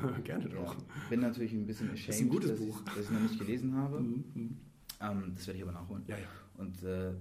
Gerne doch. Ja, bin natürlich ein bisschen ashamed, Das ist ein gutes dass, Buch. Ich, dass ich noch nicht gelesen habe. Mhm. Ähm, das werde ich aber nachholen. Ja, ja. Und äh,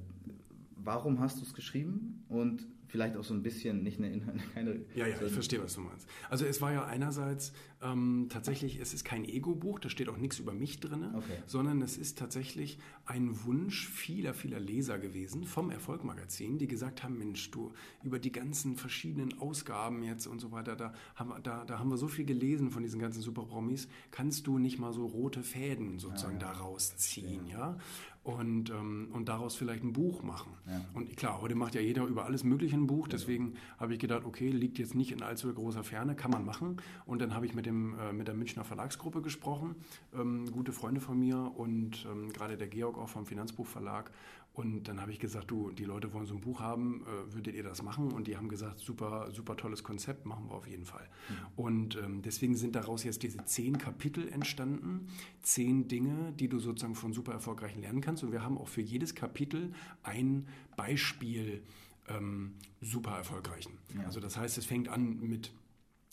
warum hast du es geschrieben? Und vielleicht auch so ein bisschen, nicht eine Inhalt, keine. Ja, ja, ich sondern- verstehe, was du meinst. Also es war ja einerseits ähm, tatsächlich, es ist kein Ego-Buch, da steht auch nichts über mich drinne, Okay. sondern es ist tatsächlich ein Wunsch vieler, vieler Leser gewesen vom Erfolg-Magazin, die gesagt haben, Mensch, du, über die ganzen verschiedenen Ausgaben jetzt und so weiter, da haben, wir- da, da haben wir so viel gelesen von diesen ganzen Super-Promis, kannst du nicht mal so rote Fäden sozusagen Ah, daraus ziehen, ja? Und, ähm, und daraus vielleicht ein Buch machen. Und klar, heute macht ja jeder über alles Mögliche ein Buch, deswegen habe ich gedacht, okay, liegt jetzt nicht in allzu großer Ferne, kann man machen. Und dann habe ich mit, dem, äh, mit der Münchner Verlagsgruppe gesprochen, ähm, gute Freunde von mir und ähm, gerade der Georg auch vom Finanzbuchverlag. Und dann habe ich gesagt, du, die Leute wollen so ein Buch haben, äh, würdet ihr das machen? Und die haben gesagt, super, super tolles Konzept, machen wir auf jeden Fall. Und ähm, deswegen sind daraus jetzt diese zehn Kapitel entstanden, zehn Dinge, die du sozusagen von super erfolgreichen lernen kannst. Und wir haben auch für jedes Kapitel ein Beispiel ähm, super erfolgreichen. Also das heißt, es fängt an mit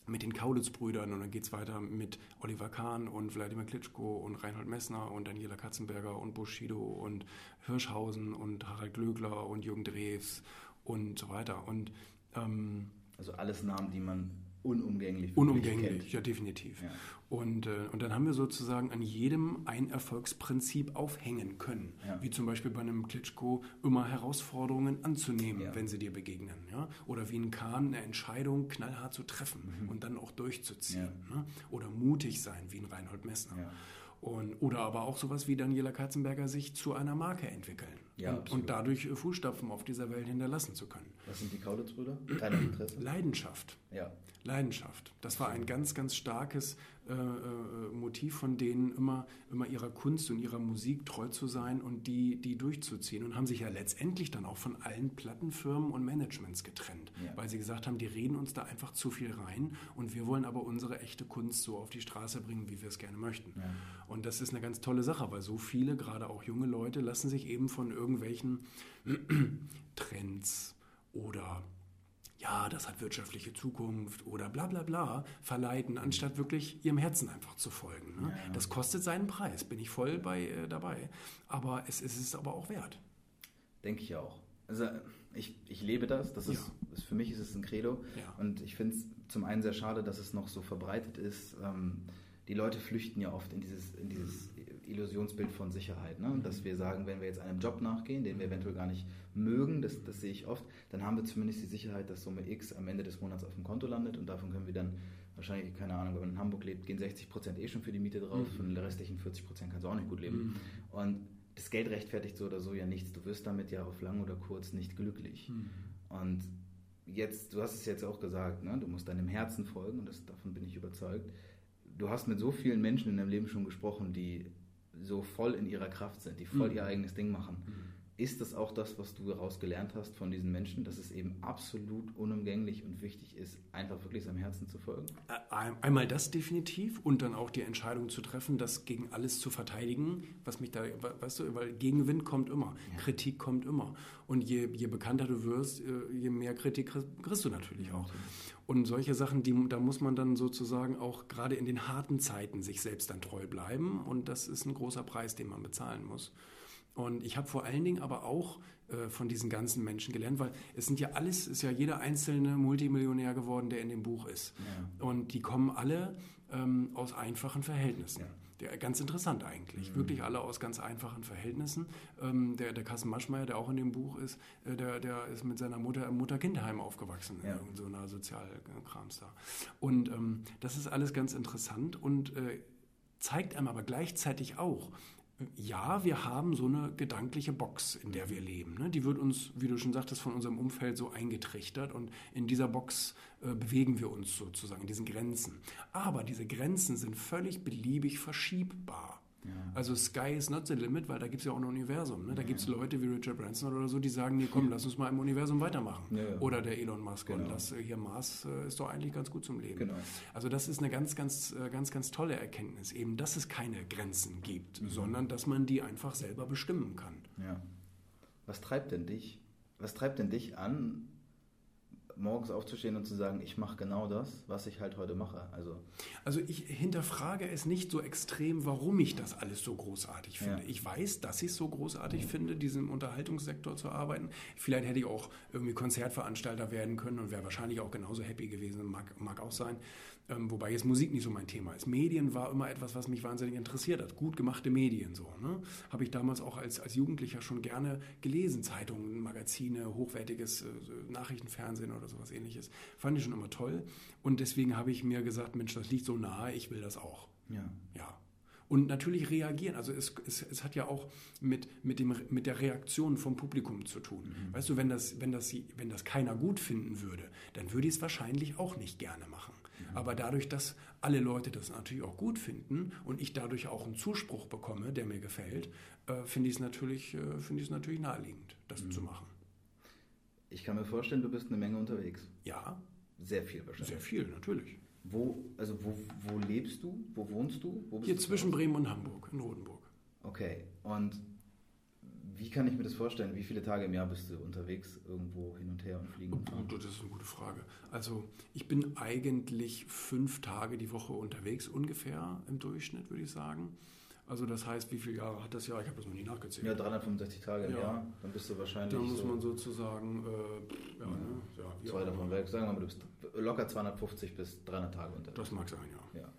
mit den Kaulitz-Brüdern und dann geht's weiter mit Oliver Kahn und Wladimir Klitschko und Reinhold Messner und Daniela Katzenberger und Bushido und Hirschhausen und Harald Glögler und Jürgen Drews und so weiter. Und ähm, Also alles Namen, die man unumgänglich Unumgänglich, kennt. ja, definitiv. Ja. Und, äh, und dann haben wir sozusagen an jedem ein Erfolgsprinzip aufhängen können. Ja. Wie zum Beispiel bei einem Klitschko immer Herausforderungen anzunehmen, Ja. wenn sie dir begegnen. Ja? Oder wie ein Kahn eine Entscheidung knallhart zu treffen Mhm. und dann auch durchzuziehen. Ne? Oder mutig sein, wie ein Reinhold Messner. Ja. Und, oder aber auch sowas wie Daniela Katzenberger sich zu einer Marke entwickeln Ja, und, absolut. und dadurch äh, Fußstapfen auf dieser Welt hinterlassen zu können. Was sind die Kaulitz-Brüder? Deine Interesse? Leidenschaft. Ja. Leidenschaft. Das war ein ganz, ganz starkes äh, äh, Motiv von denen, immer, immer ihrer Kunst und ihrer Musik treu zu sein und die, die durchzuziehen. Und haben sich ja letztendlich dann auch von allen Plattenfirmen und Managements getrennt, Ja. weil sie gesagt haben, die reden uns da einfach zu viel rein und wir wollen aber unsere echte Kunst so auf die Straße bringen, wie wir es gerne möchten. Und das ist eine ganz tolle Sache, weil so viele, gerade auch junge Leute, lassen sich eben von irgendwelchen Trends oder ja, das hat wirtschaftliche Zukunft oder bla bla bla verleiten, anstatt wirklich ihrem Herzen einfach zu folgen. Ne? Das kostet seinen Preis, bin ich voll bei, äh, dabei. Aber es, es ist aber auch wert. Denke ich auch. Also ich, ich lebe das, das ist, ist für mich ist es ein Credo Ja. und ich finde es zum einen sehr schade, dass es noch so verbreitet ist. Ähm, die Leute flüchten ja oft in dieses, in dieses Illusionsbild von Sicherheit, ne? dass wir sagen, wenn wir jetzt einem Job nachgehen, den wir eventuell gar nicht mögen, das, das sehe ich oft, dann haben wir zumindest die Sicherheit, dass Summe X am Ende des Monats auf dem Konto landet und davon können wir dann wahrscheinlich, keine Ahnung, wenn man in Hamburg lebt, gehen 60% eh schon für die Miete drauf und den restlichen 40% kannst du auch nicht gut leben. Und das Geld rechtfertigt so oder so ja nichts. Du wirst damit ja auf lang oder kurz nicht Mhm. glücklich. Und jetzt, du hast es jetzt auch gesagt, ne? du musst deinem Herzen folgen und das, davon bin ich überzeugt. Du hast mit so vielen Menschen in deinem Leben schon gesprochen, die so voll in ihrer Kraft sind, die voll ihr eigenes Ding machen. Ist das auch das, was du daraus gelernt hast von diesen Menschen, dass es eben absolut unumgänglich und wichtig ist, einfach wirklich seinem Herzen zu folgen? Ä- ein- Einmal das definitiv und dann auch die Entscheidung zu treffen, das gegen alles zu verteidigen, was mich da, we- weißt du, weil Gegenwind kommt immer, Kritik kommt immer. Und je, je bekannter du wirst, äh, je mehr Kritik kriegst- kriegst du natürlich auch. Und solche Sachen, die, da muss man dann sozusagen auch gerade in den harten Zeiten sich selbst dann treu bleiben. Und das ist ein großer Preis, den man bezahlen muss. Und ich habe vor allen Dingen aber auch äh, von diesen ganzen Menschen gelernt, weil es sind ja alles, ist ja jeder einzelne Multimillionär geworden, der in dem Buch ist. Und die kommen alle ähm, aus einfachen Verhältnissen. Der, ganz interessant eigentlich. Wirklich alle aus ganz einfachen Verhältnissen. Ähm, der, der Carsten Maschmeyer, der auch in dem Buch ist, äh, der, der ist mit seiner Mutter im Mutter-Kinderheim aufgewachsen, in Ja. irgend so einer Sozialkrams da. Und ähm, das ist alles ganz interessant und äh, zeigt einem aber gleichzeitig auch, ja, wir haben so eine gedankliche Box, in der wir leben. Ne? Die wird uns, wie du schon sagtest, von unserem Umfeld so eingetrichtert und in dieser Box äh, bewegen wir uns sozusagen, in diesen Grenzen. Aber diese Grenzen sind völlig beliebig verschiebbar. Also Sky is not the limit, weil da gibt es ja auch ein Universum. Ne? Da gibt es Leute wie Richard Branson oder so, die sagen, nee, komm, lass uns mal im Universum weitermachen. Hm. Ja, ja. Oder der Elon Musk. Und das äh, hier Mars äh, ist doch eigentlich ganz gut zum Leben. Genau. Also das ist eine ganz, ganz, äh, ganz, ganz tolle Erkenntnis, eben, dass es keine Grenzen gibt, sondern dass man die einfach selber bestimmen kann. Ja. Was treibt denn dich? Was treibt denn dich an, morgens aufzustehen und zu sagen, ich mache genau das, was ich halt heute mache. Also Also ich hinterfrage es nicht so extrem, warum ich das alles so großartig finde. Ja. Ich weiß, dass ich es so großartig finde, diesem Unterhaltungssektor zu arbeiten. Vielleicht hätte ich auch irgendwie Konzertveranstalter werden können und wäre wahrscheinlich auch genauso happy gewesen, mag, mag auch sein. Ähm, wobei jetzt Musik nicht so mein Thema ist. Medien war immer etwas, was mich wahnsinnig interessiert hat. Gut gemachte Medien so. Ne? Habe ich damals auch als, als Jugendlicher schon gerne gelesen. Zeitungen, Magazine, hochwertiges äh, Nachrichtenfernsehen oder sowas ähnliches. Fand ich schon immer toll. Und deswegen habe ich mir gesagt, Mensch, das liegt so nahe, ich will das auch. ja, Ja. Und natürlich reagieren. Also es, es, es hat ja auch mit, mit, dem, mit der Reaktion vom Publikum zu tun. Mhm. Weißt du, wenn das, wenn, das, sie- wenn das keiner gut finden würde, dann würde ich es wahrscheinlich auch nicht gerne machen. Mhm. Aber dadurch, dass alle Leute das natürlich auch gut finden und ich dadurch auch einen Zuspruch bekomme, der mir gefällt, äh, finde ich es natürlich, äh, finde ich es natürlich naheliegend, das Mhm. zu machen. ich kann mir vorstellen, du bist eine Menge unterwegs. Ja, Sehr viel wahrscheinlich. sehr viel, natürlich. Wo, also wo, wo lebst du? Wo wohnst du? Wo bist Hier du zu zwischen Hause? Bremen und Hamburg, in Rodenburg. Okay, und wie kann ich mir das vorstellen? Wie viele Tage im Jahr bist du unterwegs irgendwo hin und her und fliegen und fahren? Oh, Das ist eine gute Frage. Also ich bin eigentlich fünf Tage die Woche unterwegs ungefähr im Durchschnitt, würde ich sagen. Also das heißt, wie viele Jahre hat das Jahr? Ich habe das noch nie nachgezählt. Ja, 365 Tage im Ja. Jahr. Dann bist du wahrscheinlich da muss so man sozusagen, äh, ja, ne? ja, wie zwei auch davon immer. weg. Sagen wir mal, du bist locker 250 bis 300 Tage unterwegs. Das mag sein, ja. Ja.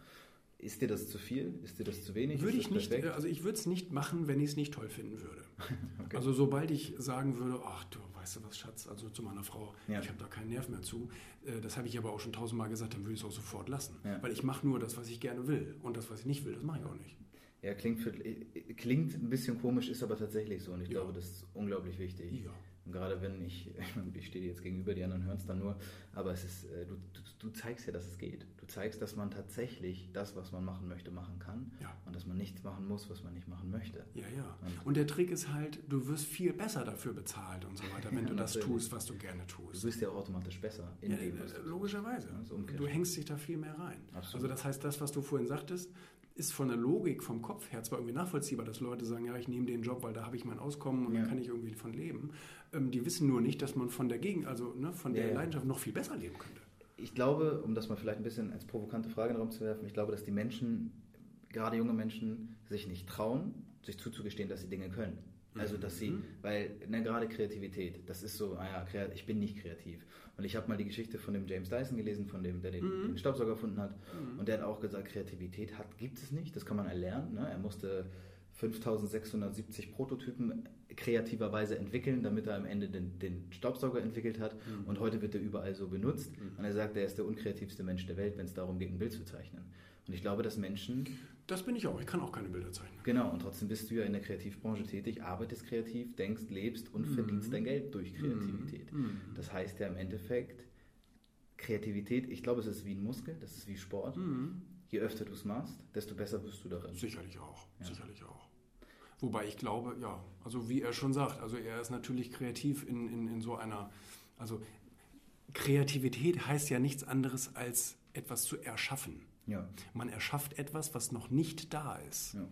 Ist dir das zu viel? Ist dir das zu wenig? Würde ist ich das nicht, äh, perfekt? also ich würde es nicht machen, wenn ich es nicht toll finden würde. Okay. Also sobald ich sagen würde, ach du, weißt du was, Schatz, also zu meiner Frau, Ja. ich habe da keinen Nerv mehr zu, äh, das habe ich aber auch schon tausendmal gesagt, dann würde ich es auch sofort lassen. Ja. Weil ich mache nur das, was ich gerne will. Und das, was ich nicht will, das mache ich auch nicht. Ja, klingt, für, äh, klingt ein bisschen komisch, ist aber tatsächlich so. Und ich Ja. glaube, das ist unglaublich wichtig. Ja. Und gerade wenn ich, ich stehe dir jetzt gegenüber, die anderen hören es dann nur, aber es ist, äh, du, du, du zeigst ja, dass es geht. Du zeigst, dass man tatsächlich das, was man machen möchte, machen kann. Ja. Und dass man nichts machen muss, was man nicht machen möchte. Ja, ja. Und- Und der Trick ist halt, du wirst viel besser dafür bezahlt und so weiter, wenn Ja, du das natürlich. tust, was du gerne Du tust. bist ja auch automatisch besser in Ja, dem, äh, was du tust. logischerweise. Ja, so umgekehrt. Du hängst dich da viel mehr rein. Absolut. Also das heißt, das, was du vorhin sagtest, ist von der Logik, vom Kopf her zwar irgendwie nachvollziehbar, dass Leute sagen, ja, ich nehme den Job, weil da habe ich mein Auskommen und Ja. da kann ich irgendwie von leben. Ähm, die wissen nur nicht, dass man von der Gegend, also ne, von der Ja, ja. Leidenschaft noch viel besser leben könnte. Ich glaube, um das mal vielleicht ein bisschen als provokante Frage in den Raum zu werfen, ich glaube, dass die Menschen, gerade junge Menschen, sich nicht trauen, sich zuzugestehen, dass sie Dinge können. Also, dass sie, weil, ne, gerade Kreativität, das ist so, ah ja, krea- ich bin nicht kreativ. Und ich habe mal die Geschichte von dem James Dyson gelesen, von dem, der den, den Staubsauger erfunden hat. Und der hat auch gesagt, Kreativität hat, gibt es nicht, das kann man erlernen. Ne? Er musste 5670 Prototypen kreativerweise entwickeln, damit er am Ende den, den Staubsauger entwickelt hat. Und heute wird er überall so benutzt. Und er sagt, er ist der unkreativste Mensch der Welt, wenn es darum geht, ein Bild zu zeichnen. Und ich glaube, dass Menschen, Das bin ich auch. Ich kann auch keine Bilder zeichnen. genau, und trotzdem bist du ja in der Kreativbranche tätig, arbeitest kreativ, denkst, lebst und Mhm. verdienst dein Geld durch Kreativität. Das heißt ja im Endeffekt, Kreativität, ich glaube, es ist wie ein Muskel, das ist wie Sport. Mhm. Je öfter du es machst, desto besser wirst du darin. Sicherlich auch, sicherlich auch. Wobei ich glaube, ja, also wie er schon sagt, also er ist natürlich kreativ in, in, in so einer, also Kreativität heißt ja nichts anderes als etwas zu erschaffen. Ja. Man erschafft etwas, was noch nicht da ist. Ja.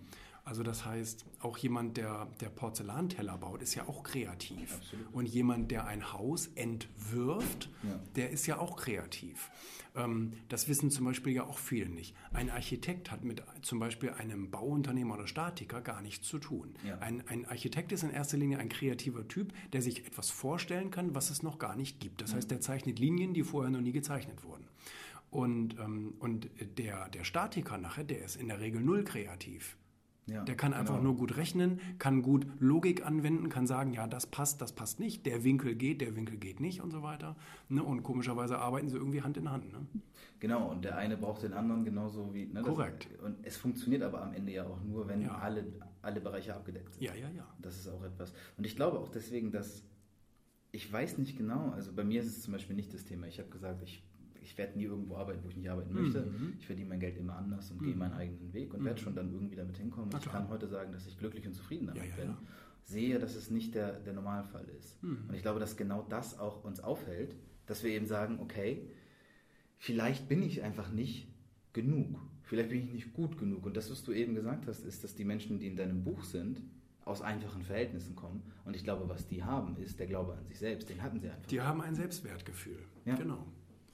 Also das heißt, auch jemand, der, der Porzellanteller baut, ist ja auch kreativ. Absolut. Und jemand, der ein Haus entwirft, Ja. der ist ja auch kreativ. Ähm, das wissen zum Beispiel ja auch viele nicht. Ein Architekt hat mit zum Beispiel einem Bauunternehmer oder Statiker gar nichts zu tun. Ja. Ein, ein Architekt ist in erster Linie ein kreativer Typ, der sich etwas vorstellen kann, was es noch gar nicht gibt. Mhm. Das heißt, der zeichnet Linien, die vorher noch nie gezeichnet wurden. Und, ähm, und der, der Statiker nachher, der ist in der Regel null kreativ. Ja, genau. Der kann einfach nur gut rechnen, kann gut Logik anwenden, kann sagen, ja, das passt, das passt nicht, der Winkel geht, der Winkel geht nicht und so weiter. Ne? Und komischerweise arbeiten sie irgendwie Hand in Hand. Ne? Genau, und der eine braucht den anderen genauso wie. Ne, das- Korrekt. und es funktioniert aber am Ende ja auch nur, wenn Ja. alle, alle Bereiche abgedeckt sind. Ja, ja, ja. Das ist auch etwas. Und ich glaube auch deswegen, dass. Ich weiß nicht genau, also bei mir ist es zum Beispiel nicht das Thema. Ich habe gesagt, ich, ich werde nie irgendwo arbeiten, wo ich nicht arbeiten möchte. Mhm. Ich verdiene mein Geld immer anders und gehe meinen eigenen Weg und werde schon dann irgendwie damit hinkommen. Und ich klar. kann heute sagen, dass ich glücklich und zufrieden damit Ja, ja, bin. ja. Mhm. Sehe, dass es nicht der, der Normalfall ist. Und ich glaube, dass genau das auch uns aufhält, dass wir eben sagen, okay, vielleicht bin ich einfach nicht genug. Vielleicht bin ich nicht gut genug. Und das, was du eben gesagt hast, ist, dass die Menschen, die in deinem Buch sind, aus einfachen Verhältnissen kommen. Und ich glaube, was die haben, ist der Glaube an sich selbst. Den hatten sie einfach. Die haben ein Selbstwertgefühl. Ja. Genau.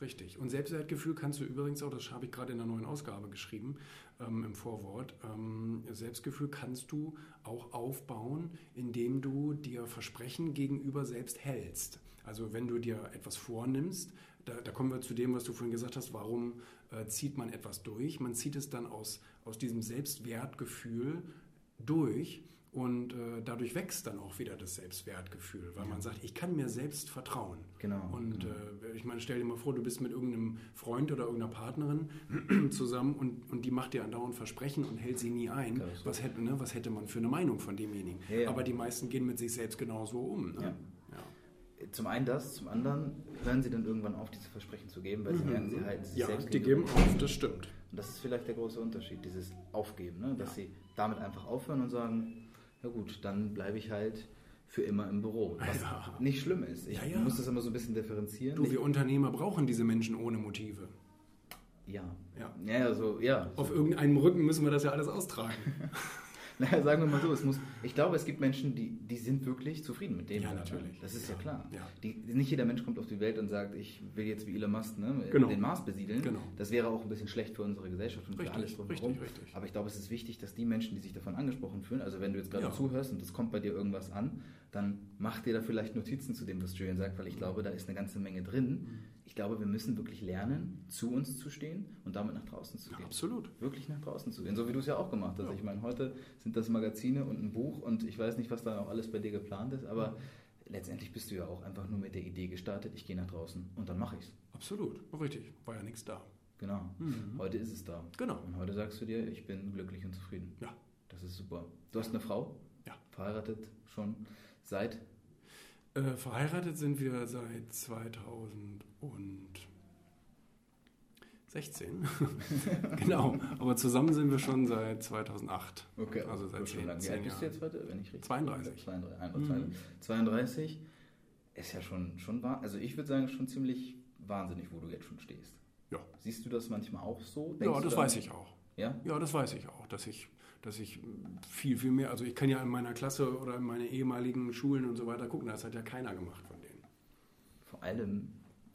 Richtig. Und Selbstwertgefühl kannst du übrigens auch, das habe ich gerade in der neuen Ausgabe geschrieben, ähm, im Vorwort, ähm, Selbstgefühl kannst du auch aufbauen, indem du dir Versprechen gegenüber selbst hältst. Also wenn du dir etwas vornimmst, da, da kommen wir zu dem, was du vorhin gesagt hast, warum äh, zieht man etwas durch? Man zieht es dann aus, aus diesem Selbstwertgefühl durch und äh, dadurch wächst dann auch wieder das Selbstwertgefühl, weil man sagt, ich kann mir selbst vertrauen. Genau, Und genau. Äh, ich meine, stell dir mal vor, du bist mit irgendeinem Freund oder irgendeiner Partnerin zusammen und, und die macht dir andauernd Versprechen und hält sie nie ein. Katastrophe. Was hätte, ne, was hätte man für eine Meinung von demjenigen? Ja, ja. Aber die meisten gehen mit sich selbst genauso um. Ne? Ja. Ja. äh, Zum einen das, zum anderen hören sie dann irgendwann auf, diese Versprechen zu geben, weil sie merken, Also sie halten sich Mhm. Ja, selbst um. die geben gegenüber. auf, das stimmt. Und das ist vielleicht der große Unterschied, dieses Aufgeben, ne? dass Ja. sie damit einfach aufhören und sagen, ja gut, dann bleibe ich halt für immer im Büro. Was Ja. nicht schlimm ist. Ich Ja, ja. muss das immer so ein bisschen differenzieren. Du, Nicht- wir Unternehmer brauchen diese Menschen ohne Motive. ja. Ja. Ja, ja, so, ja. Auf irgendeinem Rücken müssen wir das ja alles austragen. Naja, sagen wir mal so, es muss, ich glaube, es gibt Menschen, die, die sind wirklich zufrieden mit dem. Ja, was sie natürlich. haben. Das ist ja, Ja, klar. ja. Die, nicht jeder Mensch kommt auf die Welt und sagt, ich will jetzt wie Elon Musk ne, Genau. den Mars besiedeln. Genau. Das wäre auch ein bisschen schlecht für unsere Gesellschaft und für Richtig, alles drumherum. richtig, richtig. Aber ich glaube, es ist wichtig, dass die Menschen, die sich davon angesprochen fühlen, also wenn du jetzt gerade Ja. zuhörst und es kommt bei dir irgendwas an, dann mach dir da vielleicht Notizen zu dem, was Julian sagt, weil ich glaube, da ist eine ganze Menge drin. Ich glaube, wir müssen wirklich lernen, zu uns zu stehen und damit nach draußen zu Ja, gehen absolut. wirklich nach draußen zu gehen, so wie du es ja auch gemacht hast. Ich meine, heute sind das Magazine und ein Buch und ich weiß nicht, was da noch alles bei dir geplant ist, aber letztendlich bist du ja auch einfach nur mit der Idee gestartet, ich gehe nach draußen und dann mache ich es. Absolut. Richtig. War ja nichts da. Genau. Heute ist es da. Genau. Und heute sagst du dir, ich bin glücklich und zufrieden. Ja. Das ist super. Du hast eine Frau? Ja. Verheiratet schon seit? Äh, verheiratet sind wir seit 2016. genau. Aber zusammen sind wir schon seit 2008. Also seit schon 10, lange. Wie 10 alt bist du Jahren. jetzt heute, wenn ich richtig 32. 32, Mhm. einfach 32. 32 ist ja schon, schon wahr. Also ich würde sagen, schon ziemlich wahnsinnig, wo du jetzt schon stehst. Ja. Siehst du das manchmal auch so? Ja, das weiß ich auch. Ja? Ja, das weiß ich auch, dass ich, dass ich viel, viel mehr, also ich kann ja in meiner Klasse oder in meine ehemaligen Schulen und so weiter gucken, das hat ja keiner gemacht von denen. Vor allem,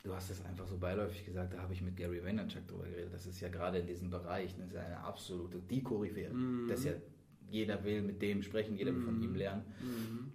du hast es einfach so beiläufig gesagt, da habe ich mit Gary Vaynerchuk drüber geredet. Das ist ja gerade in diesem Bereich, das ist ja eine absolute, die Koryphäe. Mhm. Das ist ja, jeder will mit dem sprechen, jeder will von ihm lernen. Mhm.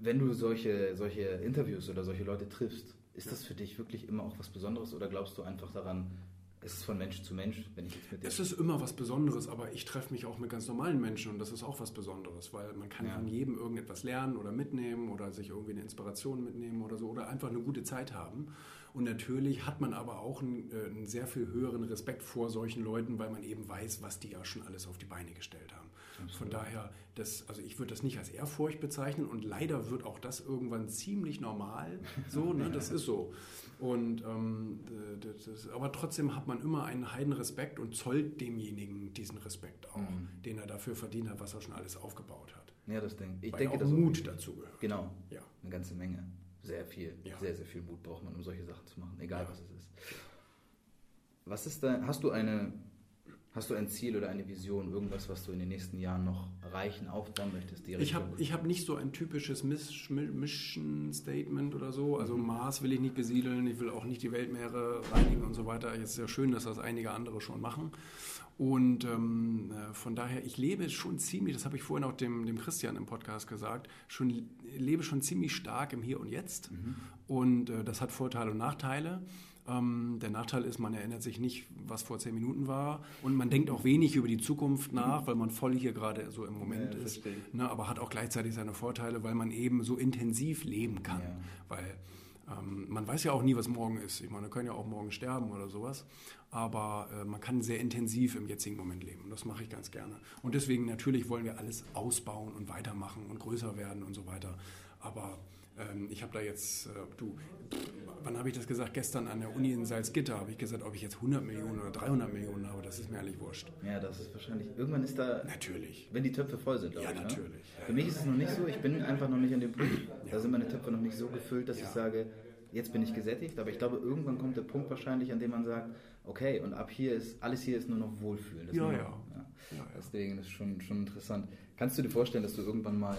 Wenn du solche, solche Interviews oder solche Leute triffst, ist das für dich wirklich immer auch was Besonderes oder glaubst du einfach daran, es ist von Mensch zu Mensch, wenn ich jetzt mit dir Es ist immer was Besonderes, aber ich treffe mich auch mit ganz normalen Menschen und das ist auch was Besonderes, weil man kann Ja. von jedem irgendetwas lernen oder mitnehmen oder sich irgendwie eine Inspiration mitnehmen oder so oder einfach eine gute Zeit haben. Und natürlich hat man aber auch einen, äh, einen sehr viel höheren Respekt vor solchen Leuten, weil man eben weiß, was die ja schon alles auf die Beine gestellt haben. Von daher, das, also ich würde das nicht als Ehrfurcht bezeichnen und leider wird auch das irgendwann ziemlich normal. So, ne? Das ist so. Und ähm, d- d- das, aber trotzdem hat man immer einen heidenrespekt und zollt demjenigen diesen Respekt auch, den er dafür verdient hat, was er schon alles aufgebaut hat. Ja, das Ding. Ich Weil denke, auch das Mut dazu gehört. Genau. Ja. Eine ganze Menge. Sehr viel. Ja. Sehr, sehr viel Mut braucht man, um solche Sachen zu machen, egal Ja. was es ist. Was ist dein, hast du eine, hast du ein Ziel oder eine Vision, irgendwas, was du in den nächsten Jahren noch erreichen, aufbauen möchtest? Die Ich habe Richtung? ich hab nicht so ein typisches Miss- Mission Statement oder so. Also Mhm. Mars will ich nicht besiedeln, ich will auch nicht die Weltmeere reinigen und so weiter. Es ist ja schön, dass das einige andere schon machen. Und ähm, äh, von daher, ich lebe schon ziemlich, das habe ich vorhin auch dem, dem Christian im Podcast gesagt, schon, lebe schon ziemlich stark im Hier und Jetzt. Mhm. Und äh, das hat Vorteile und Nachteile. Ähm, der Nachteil ist, man erinnert sich nicht, was vor zehn Minuten war. Und man denkt auch wenig über die Zukunft nach, weil man voll hier gerade so im Moment Mhm. Ja, ist. verstehe. Ne, aber hat auch gleichzeitig seine Vorteile, weil man eben so intensiv leben kann. Ja. Weil ähm, man weiß ja auch nie, was morgen ist. Ich meine, wir können ja auch morgen sterben oder sowas. Aber äh, man kann sehr intensiv im jetzigen Moment leben. Und das mache ich ganz gerne. Und deswegen natürlich wollen wir alles ausbauen und weitermachen und größer werden und so weiter. Aber ähm, ich habe da jetzt, äh, du, pff, wann habe ich das gesagt? Gestern an der Uni in Salzgitter habe ich gesagt, ob ich jetzt 100 Millionen oder 300 Millionen habe, das ist mir ehrlich wurscht. ja, das ist wahrscheinlich. Irgendwann ist da. Natürlich. Wenn die Töpfe voll sind, glaube Ja, ich. natürlich. Ne? Für mich ist es noch nicht so, ich bin einfach noch nicht an dem Punkt, da sind meine Töpfe noch nicht so gefüllt, dass ich sage, jetzt bin ich gesättigt, aber ich glaube, irgendwann kommt der Punkt wahrscheinlich, an dem man sagt, okay, und ab hier ist, alles hier ist nur noch Wohlfühlen. Das ist Ja, nur ja. noch, Ja, ja. Deswegen das ist schon, schon interessant. Kannst du dir vorstellen, dass du irgendwann mal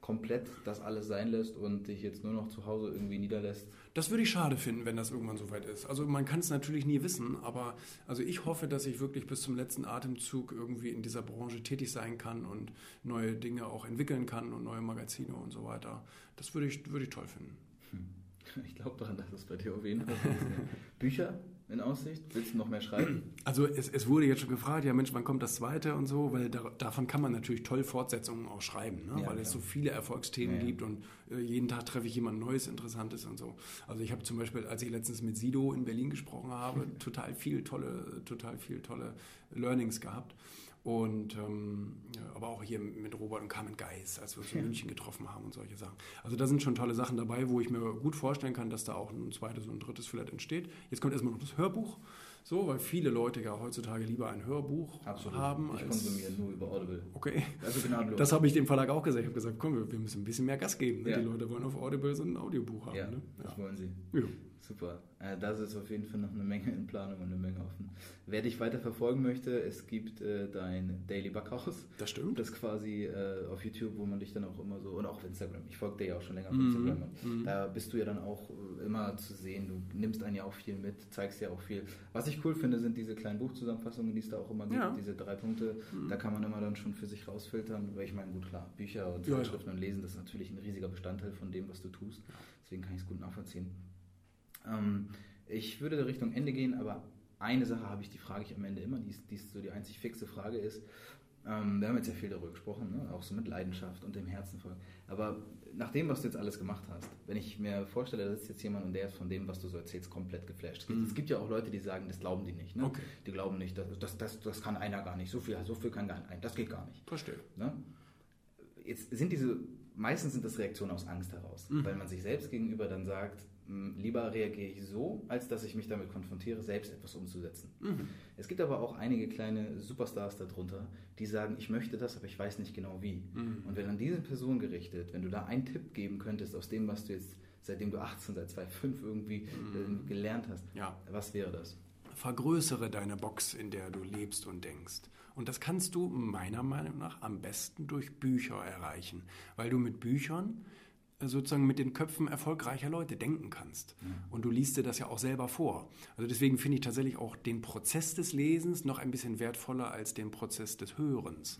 komplett das alles sein lässt und dich jetzt nur noch zu Hause irgendwie niederlässt? Das würde ich schade finden, wenn das irgendwann soweit ist. Also man kann es natürlich nie wissen, aber also ich hoffe, dass ich wirklich bis zum letzten Atemzug irgendwie in dieser Branche tätig sein kann und neue Dinge auch entwickeln kann und neue Magazine und so weiter. Das würde ich, würde ich toll finden. Ich glaube daran, dass es bei dir auf jeden Fall so ist. ne? Bücher in Aussicht? Willst du noch mehr schreiben? Also es, es wurde jetzt schon gefragt, ja Mensch, wann kommt das zweite und so, weil da, davon kann man natürlich toll Fortsetzungen auch schreiben, ne? weil Ja, es klar. so viele Erfolgsthemen Ja, ja. gibt und äh, jeden Tag treffe ich jemand Neues, Interessantes und so. Also ich habe zum Beispiel, als ich letztens mit Sido in Berlin gesprochen habe, total viel tolle, total viel tolle Learnings gehabt. Und ähm, ja, aber auch hier mit Robert und Carmen Geis, als wir uns in München getroffen haben und solche Sachen. Also da sind schon tolle Sachen dabei, wo ich mir gut vorstellen kann, dass da auch ein zweites und ein drittes vielleicht entsteht. Jetzt kommt erstmal noch das Hörbuch, so, weil viele Leute ja heutzutage lieber ein Hörbuch haben ich als. konsumiere nur über Audible. Okay. Also gnadenlos. Das habe ich dem Verlag auch gesagt. Ich habe gesagt, komm, wir, wir müssen ein bisschen mehr Gas geben. Ne? Ja. Die Leute wollen auf Audible so ein Audiobuch haben. ja, Ne? das wollen sie. Ja. Super. Äh, da ist auf jeden Fall noch eine Menge in Planung und eine Menge offen. Wer dich weiter verfolgen möchte, es gibt äh, dein Daily Backhaus. Das stimmt. Das quasi äh, auf YouTube, wo man dich dann auch immer so, und auch auf Instagram. Ich folge dir ja auch schon länger auf Mhm, Instagram. Und mhm. Da bist du ja dann auch äh, immer zu sehen. Du nimmst einen ja auch viel mit, zeigst ja auch viel. Was ich cool finde, sind diese kleinen Buchzusammenfassungen, die es da auch immer gibt, Ja. Mhm. diese drei Punkte. Da kann man immer dann schon für sich rausfiltern. Weil ich meine, gut, klar, Bücher und Ja, ja. Zeitschriften und Lesen, das ist natürlich ein riesiger Bestandteil von dem, was du tust. Deswegen kann ich es gut nachvollziehen. Ähm, ich würde Richtung Ende gehen, aber eine Sache habe ich, die frage ich am Ende immer, die ist, die ist so die einzig fixe Frage ist, ähm, wir haben jetzt ja viel darüber gesprochen, ne? auch so mit Leidenschaft und dem Herzen folgen. Aber nach dem, was du jetzt alles gemacht hast, wenn ich mir vorstelle, da sitzt jetzt jemand und der ist von dem, was du so erzählst, komplett geflasht. Es gibt ja auch Leute, die sagen, das glauben die nicht. Ne? Okay. Die glauben nicht, das, das, das, das kann einer gar nicht. So viel, so viel kann gar ein, das geht gar nicht. Verstehe. Ne? Jetzt sind diese, meistens sind das Reaktionen aus Angst heraus, weil man sich selbst gegenüber dann sagt, "M, lieber reagiere ich so, als dass ich mich damit konfrontiere, selbst etwas umzusetzen. Es gibt aber auch einige kleine Superstars darunter, die sagen, ich möchte das, aber ich weiß nicht genau wie. Und wenn an diese Person gerichtet, wenn du da einen Tipp geben könntest aus dem, was du jetzt, seitdem du 18, seit 2005 irgendwie äh, gelernt hast, Ja. was wäre das? Vergrößere deine Box, in der du lebst und denkst. Und das kannst du meiner Meinung nach am besten durch Bücher erreichen, weil du mit Büchern äh, sozusagen mit den Köpfen erfolgreicher Leute denken kannst. Und du liest dir das ja auch selber vor. Also deswegen finde ich tatsächlich auch den Prozess des Lesens noch ein bisschen wertvoller als den Prozess des Hörens.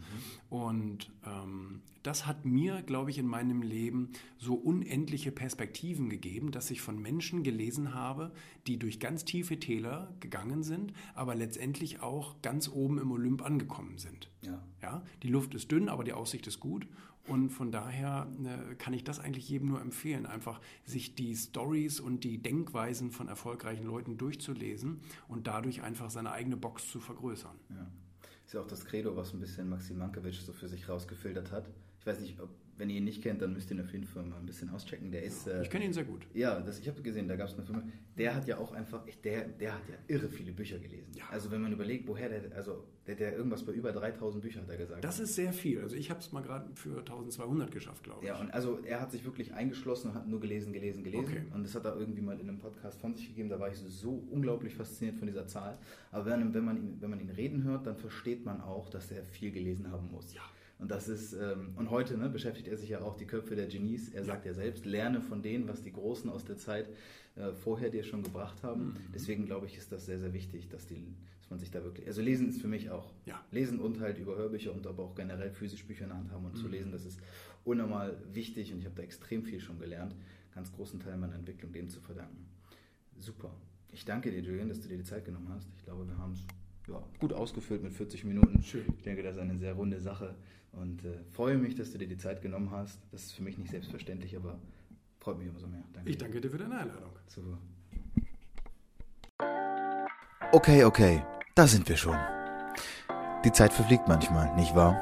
Und ähm, das hat mir, glaube ich, in meinem Leben so unendliche Perspektiven gegeben, dass ich von Menschen gelesen habe, die durch ganz tiefe Täler gegangen sind, aber letztendlich auch ganz oben im Olymp angekommen sind. Ja. Ja, die Luft ist dünn, aber die Aussicht ist gut. Und von daher äh, kann ich das eigentlich jedem nur empfehlen, einfach sich die Stories und die Denkweisen von erfolgreichen Leuten durchzulesen und dadurch einfach seine eigene Box zu vergrößern. Ja. Ist ja auch das Credo, was ein bisschen Maxim Mankiewicz so für sich rausgefiltert hat. Ich weiß nicht, ob, wenn ihr ihn nicht kennt, dann müsst ihr ihn auf jeden Fall mal ein bisschen auschecken. Der ist. Äh, Ich kenne ihn sehr gut. ja, das, ich habe gesehen, da gab es eine Firma. Der hat ja auch einfach, ich- der, der hat ja irre viele Bücher gelesen. Ja. Also wenn man überlegt, woher der, also der, der irgendwas bei über 3000 Büchern hat er gesagt. Das ist sehr viel. Also ich habe es mal gerade für 1200 geschafft, glaube ich. Ja, und also er hat sich wirklich eingeschlossen und hat nur gelesen, gelesen, gelesen. Okay. Und das hat er irgendwie mal in einem Podcast von sich gegeben. Da war ich so unglaublich fasziniert von dieser Zahl. Aber wenn, wenn, man, ihn, wenn man ihn reden hört, dann versteht man auch, dass er viel gelesen haben muss. Ja. Und das ist, ähm, und heute ne, beschäftigt er sich ja auch die Köpfe der Genies. Er sagt ja selbst, lerne von denen, was die Großen aus der Zeit äh, vorher dir schon gebracht haben. Mhm. Deswegen glaube ich, ist das sehr, sehr wichtig, dass, die, dass man sich da wirklich. Also lesen ist für mich auch. Ja. Lesen und halt über Hörbücher und aber auch generell physisch Bücher in der Hand haben und Mhm. zu lesen, das ist unnormal wichtig und ich habe da extrem viel schon gelernt. Ganz großen Teil meiner Entwicklung dem zu verdanken. Super. Ich danke dir, Julian, dass du dir die Zeit genommen hast. Ich glaube, wir haben es ja, gut ausgefüllt mit 40 Minuten. Schön. Ich denke, das ist eine sehr runde Sache und äh, freue mich, dass du dir die Zeit genommen hast. Das ist für mich nicht selbstverständlich, aber freut mich umso mehr. Danke. Ich dir. danke dir für deine Einladung. Super. Okay, okay, da sind wir schon. Die Zeit verfliegt manchmal, nicht wahr?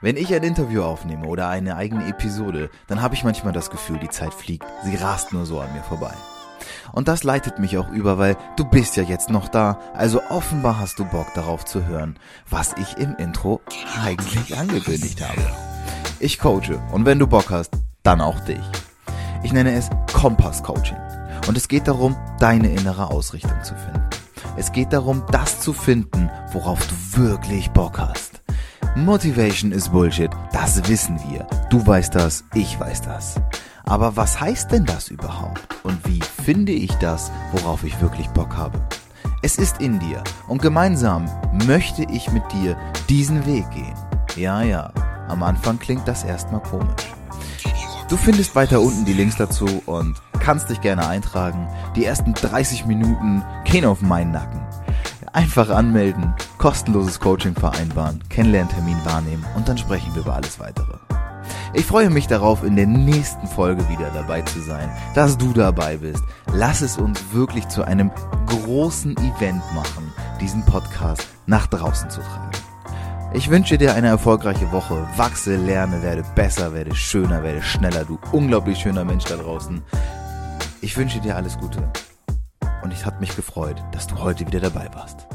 Wenn ich ein Interview aufnehme oder eine eigene Episode, dann habe ich manchmal das Gefühl, die Zeit fliegt, sie rast nur so an mir vorbei. Und das leitet mich auch über, weil du bist ja jetzt noch da, also offenbar hast du Bock darauf zu hören, was ich im Intro eigentlich angekündigt habe. Ich coache und wenn du Bock hast, dann auch dich. Ich nenne es Kompass Coaching. Und es geht darum, deine innere Ausrichtung zu finden. Es geht darum, das zu finden, worauf du wirklich Bock hast. Motivation ist Bullshit, das wissen wir. Du weißt das, ich weiß das. Aber was heißt denn das überhaupt? Und wie finde ich das, worauf ich wirklich Bock habe? Es ist in dir und gemeinsam möchte ich mit dir diesen Weg gehen. Ja, ja, am Anfang klingt das erstmal komisch. Du findest weiter unten die Links dazu und kannst dich gerne eintragen. Die ersten 30 Minuten gehen auf meinen Nacken. Einfach anmelden, kostenloses Coaching vereinbaren, Kennenlerntermin wahrnehmen und dann sprechen wir über alles weitere. Ich freue mich darauf, in der nächsten Folge wieder dabei zu sein, dass du dabei bist. Lass es uns wirklich zu einem großen Event machen, diesen Podcast nach draußen zu tragen. Ich wünsche dir eine erfolgreiche Woche. Wachse, lerne, werde besser, werde schöner, werde schneller, du unglaublich schöner Mensch da draußen. Ich wünsche dir alles Gute. Und ich hat mich gefreut, dass du heute wieder dabei warst.